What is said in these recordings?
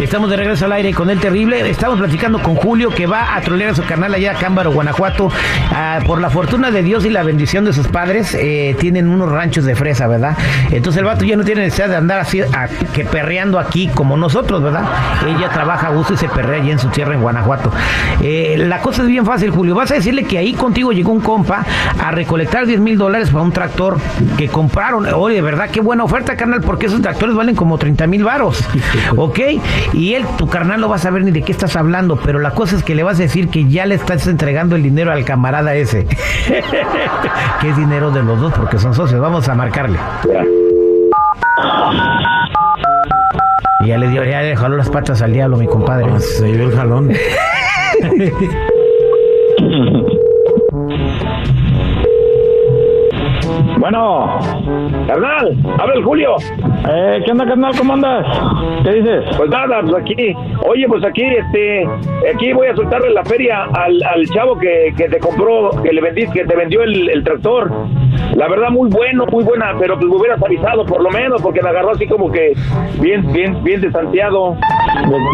Estamos de regreso al aire con el terrible. Estamos platicando con Julio que va a trolear a su canal allá a Cámbaro, Guanajuato. Ah, por la fortuna de Dios y la bendición de sus padres, eh, tienen unos ranchos de fresa, ¿verdad? Entonces el vato ya no tiene necesidad de andar así a- que perreando aquí como nosotros, ¿verdad? Ella trabaja a gusto y se perrea allí en su tierra en Guanajuato. Eh, la cosa es bien fácil, Julio. Vas a decirle que ahí contigo llegó un compa a recolectar 10 mil dólares para un tractor que compraron. Oye, de verdad, qué buena oferta, carnal, porque esos tractores valen como 30 mil varos. ¿Ok? Y él, tu carnal, no va a saber ni de qué estás hablando, pero la cosa es que le vas a decir que ya le estás entregando el dinero al camarada ese. que es dinero de los dos porque son socios. Vamos a marcarle. Y ya le dio, ya le jaló las patas al diablo, mi compadre. Se dio el jalón. Bueno, carnal, habla el Julio. Eh, ¿Qué onda, carnal? ¿Cómo andas? ¿Qué dices? Pues nada, pues aquí, oye, pues aquí, este, aquí voy a soltarle la feria al, al chavo que, que te compró, que le vendí, que te vendió el, el tractor. La verdad, muy bueno, muy buena, pero pues me hubieras avisado por lo menos, porque me agarró así como que bien, bien, bien desanteado.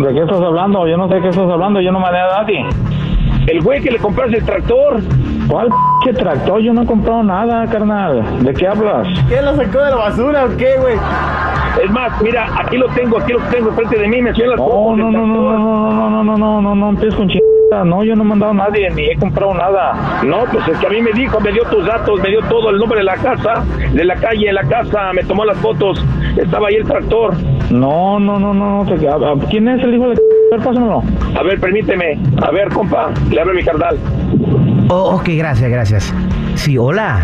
¿De, de qué estás hablando? Yo no sé qué estás hablando, yo no mandé a nadie. El güey que le compraste el tractor, ¿Cuál p tractor? Yo no he comprado nada, carnal. ¿De qué hablas? ¿Qué lo sacó de la basura o qué, güey? es más, mira, aquí lo tengo, aquí lo tengo frente de mí, me enseñó las No, fotos no, del no, no, tractor. no, no, no, no, no, no, no, no empieces con chingada. No, yo no he mandado a nadie, ni he comprado nada. No, pues es que a mí me dijo, me dio tus datos, me dio todo, el nombre de la casa, de la calle, de la casa, me tomó las fotos, estaba ahí el tractor. No, no, no, no, no. Te, a- a- ah, ¿Quién es el hijo de la c-? A ver, pásamelo. A ver, permíteme, a ver, compa, le hablo a mi carnal. Oh, ok, gracias, gracias. Sí, hola.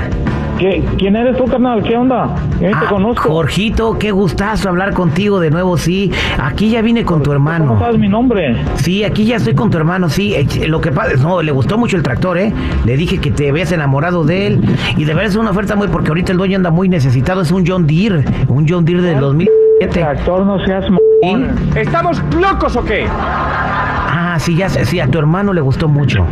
¿Qué, ¿Quién eres tú, carnal? ¿Qué onda? Yo ni te Ah, conozco. Jorgito, qué gustazo hablar contigo de nuevo, sí. Aquí ya vine con tu ¿Cómo hermano. sabes mi nombre? Sí, aquí ya estoy con tu hermano, sí. Eh, ch- Lo que pasa es, no, le gustó mucho el tractor, ¿eh? Le dije que te habías enamorado de él. Y de verdad es una oferta muy, porque ahorita el dueño anda muy necesitado. Es un John Deere, un John Deere Ah, del 2007. Tractor, no seas m. ¿Sí? ¿Estamos locos o qué? Ah, sí, ya sé, sí, a tu hermano le gustó mucho.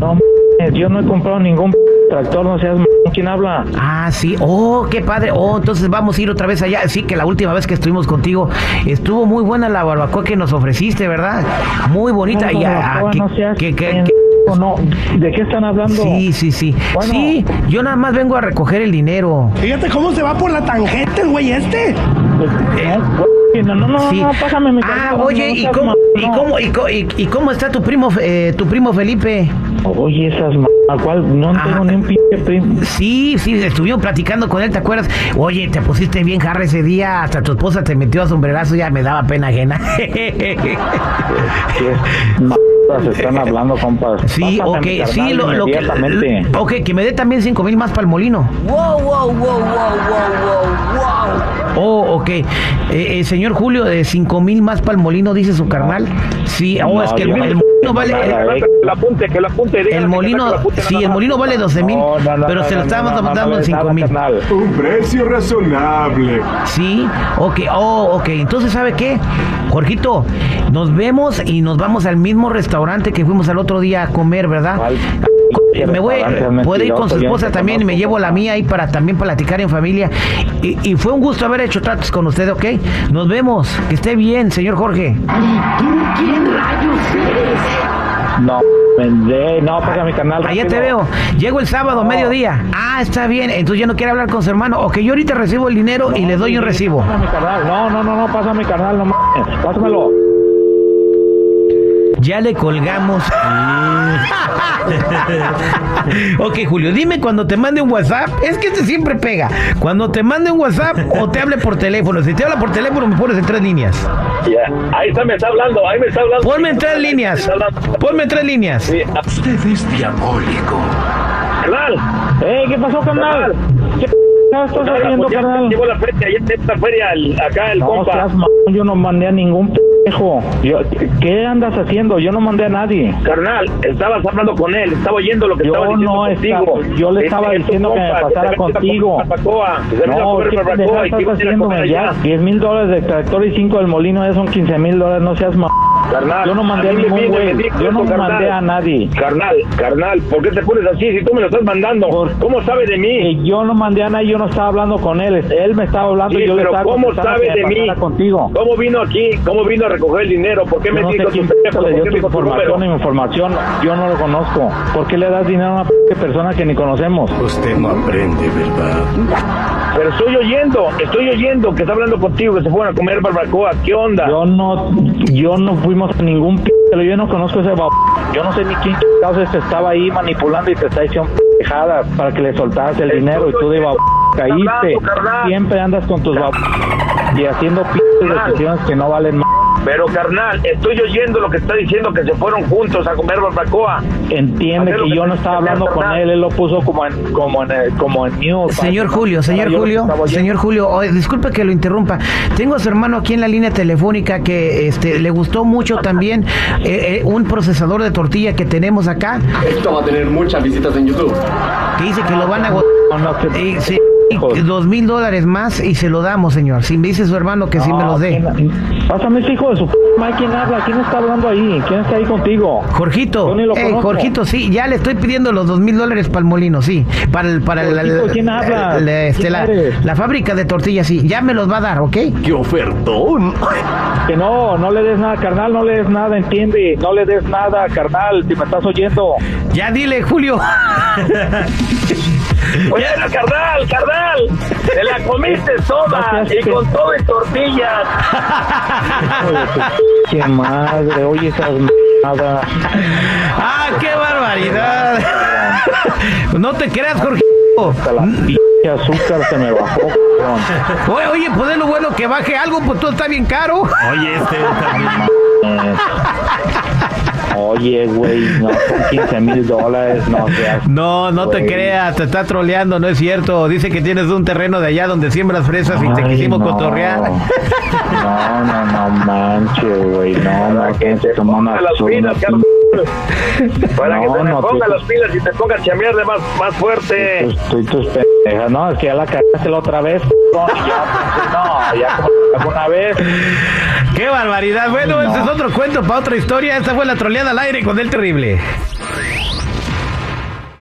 No, m- yo no he comprado ningún p- tractor, no seas m. ¿Quién habla? Ah, sí. Oh, qué padre. Oh, entonces vamos a ir otra vez allá. Sí, que la última vez que estuvimos contigo estuvo muy buena la barbacoa que nos ofreciste, ¿verdad? Muy bonita. No, y, no, ah, no, que- no seas que- que- pendejo, que- no. ¿De qué están hablando? Sí, sí, sí. Bueno. Sí, yo nada más vengo a recoger el dinero. Fíjate cómo se va por la tangente el güey este. No, no, no, no, Sí. no, pásame mi Ah, teléfono, oye, no ¿y seas cómo, ma- y no. cómo, y co- y- y cómo está tu primo, eh, tu primo Felipe? Oye, esas ma... ¿Cuál? No Ah. tengo ni un pinche primo. Sí, sí, estuvimos platicando con él, ¿te acuerdas? Oye, te pusiste bien jarra ese día, hasta tu esposa te metió a sombrerazo, ya me daba pena ajena. ¿Qué ma- están hablando, compas? Sí, Pásame a mi ok, sí, carnal lo, lo que... inmediatamente. Ok, que me dé también cinco mil más para el molino. Wow, wow, wow, wow, wow, wow, wow. Oh, ok. Eh, eh, señor Julio, de cinco mil más para el molino, dice su carnal. Sí, oh, No, es que el, yo no el sé molino nada, vale... eh. el- Que lo apunte, que lo apunte. El, dígale que saque lo molino, apunte sí, nada el más. molino vale 12 mil, No, no, no, pero se no, lo no, estábamos no, no, dando no, en no, 5 mil. carnal. Un precio razonable. Sí, ok, oh, ok. Entonces, ¿sabe qué? Jorgito, nos vemos y nos vamos al mismo restaurante que fuimos al otro día a comer, ¿verdad? ¿Cuál? Eh, Me voy, Restaurantes puedo ir con mentirosos, su yo ni esposa te también y me conozco, llevo la compa. mía ahí para también platicar en familia. Y, y fue un gusto haber hecho tratos con usted, ¿ok? Nos vemos. Que esté bien, señor Jorge. No, vende, no, pásame mi canal. Allá te rápido. veo. Llego el sábado, No. mediodía. Ah, está bien. Entonces ya no quiere hablar con su hermano. Ok, yo ahorita recibo el dinero y le doy un recibo. Pásame mi carnal. No, no, no, no, pásame mi carnal, no mames. Pásamelo. Ya le colgamos. ok, Julio, dime cuando te mande un WhatsApp. Es que este siempre pega. Cuando te mande un WhatsApp o te hable por teléfono. Si te habla por teléfono, me pones en tres líneas. Ya, Ahí está, me está hablando, ahí me está hablando. Ponme en tres Ahí me líneas. está hablando. Ponme en tres líneas. Sí, ah, Usted es diabólico. carnal. ¡Eh, qué pasó, carnal? ¿Qué p- estás carnal, haciendo, pues ya carnal? Llevo la feria, ayer te la feria el- acá el No, compa. seas ma- yo no mandé a ningún pendejo. Yo- ¿Qué andas haciendo? Yo no mandé a nadie. Carnal, estabas hablando con él, estaba oyendo lo que Yo estaba diciendo no contigo. estaba- yo le Este, estaba es tu diciendo que me compa, pasara se metió a contigo. comer barbacoa, se metió a No, comer ¿qué barbacoa pendeja y que estás ibas a ir a comer haciendo allá. ya? 10 mil dólares de tractor y 5 del molino, ya son 15 mil dólares, no seas ma... Carnal, Yo no mandé a mí me ningún piden güey. bendito Yo no esto, carnal. mandé a nadie. Carnal, carnal, ¿por qué te pones así si tú me lo estás mandando? Por- ¿Cómo sabe de mí? Que Eh, yo no mandé a nadie, yo no estaba hablando con él. Él me estaba hablando Sí, y yo le pero estaba ¿cómo contestando sabe que de me mí? pasara contigo. ¿Cómo vino aquí? ¿Cómo vino a recoger el dinero? ¿Por qué Yo me no sé dijo quién tu p- teléfono? le ¿Por qué dio me tu dijo tu información, mi número? información, yo no lo conozco. ¿Por qué le das dinero a una p- persona que ni conocemos? Usted no aprende, ¿verdad? Pero estoy oyendo, estoy oyendo que está hablando contigo, que se fueron a comer barbacoa. ¿Qué onda? Yo no, yo no fuimos a ningún p... pero yo no conozco ese bab... Yo no sé ni quién causa te estaba ahí manipulando y te está diciendo pendejada para que le soltaras el dinero y tú de bab... caíste. hablando, carnal. Siempre andas con tus bab... y haciendo p... Carnal. decisiones que no valen más. Pero carnal, estoy oyendo lo que está diciendo que se fueron juntos a comer barbacoa. Entiende Hacer lo que que yo no tienes estaba que hacer, hablando con carnal. él, él lo puso como en, como en, el- como en mute. Señor Julio, señor Yo lo Julio, estaba oyendo. señor Julio, oye, disculpe que lo interrumpa. Tengo a su hermano aquí en la línea telefónica que este, le gustó mucho también eh, eh, un procesador de tortilla que tenemos acá, Esto va a tener muchas visitas en YouTube. que dice que lo van a No, no, que- eh, sí, dos mil dólares más y se lo damos, señor. Si me dice su hermano que sí me lo dé. ¿quién- Ah, Pásame ese hijo de su p madre, ¿quién habla? ¿Quién está hablando ahí? ¿Quién está ahí contigo? Jorgito, Yo ni lo eh, conozco. Jorgito, sí, ya le estoy pidiendo los dos mil dólares para el molino, sí, para el, para el- Jorgito, el- ¿quién habla? el- este, ¿Quién la, eres? la fábrica de tortillas, sí, ya me los va a dar, ¿ok? ¡Qué ofertón! Que no, no le des nada, carnal, no le des nada, entiende, no le des nada, carnal, si me estás oyendo. Ya dile, Julio. Oye, no, carnal, carnal, te la comiste No soda seas y que- con todo y tortillas. Hijo de su Qué madre, oye esas nada. ¡Ah, qué barbaridad! No te creas, Jorge. La pinche azúcar se me bajó, cabrón. Oye, oye, pues es lo bueno que baje algo, pues todo está bien caro. Oye, este también. Eh, Oye, güey, no, son 15 mil dólares, no seas. No, no te Güey. creas, te está troleando, no es cierto. Dice que tienes un terreno de allá donde siembras fresas y te Ay, quisimos no. cotorrear. No, no, no manches, güey. No, no, que se tomó una A las filas, zona, carnal. Para que No, te me no, pues, ponga tú- las pilas y te pongas a chambearle más, más fuerte. Tus- tus- tus pendejas. No, es que ya la cagaste la otra vez. No, ya, pues, no, ya como la cagó una vez. ¡Qué barbaridad! Bueno, Ay, no. ese es otro cuento para otra historia. Esta fue la troleada al aire con el terrible.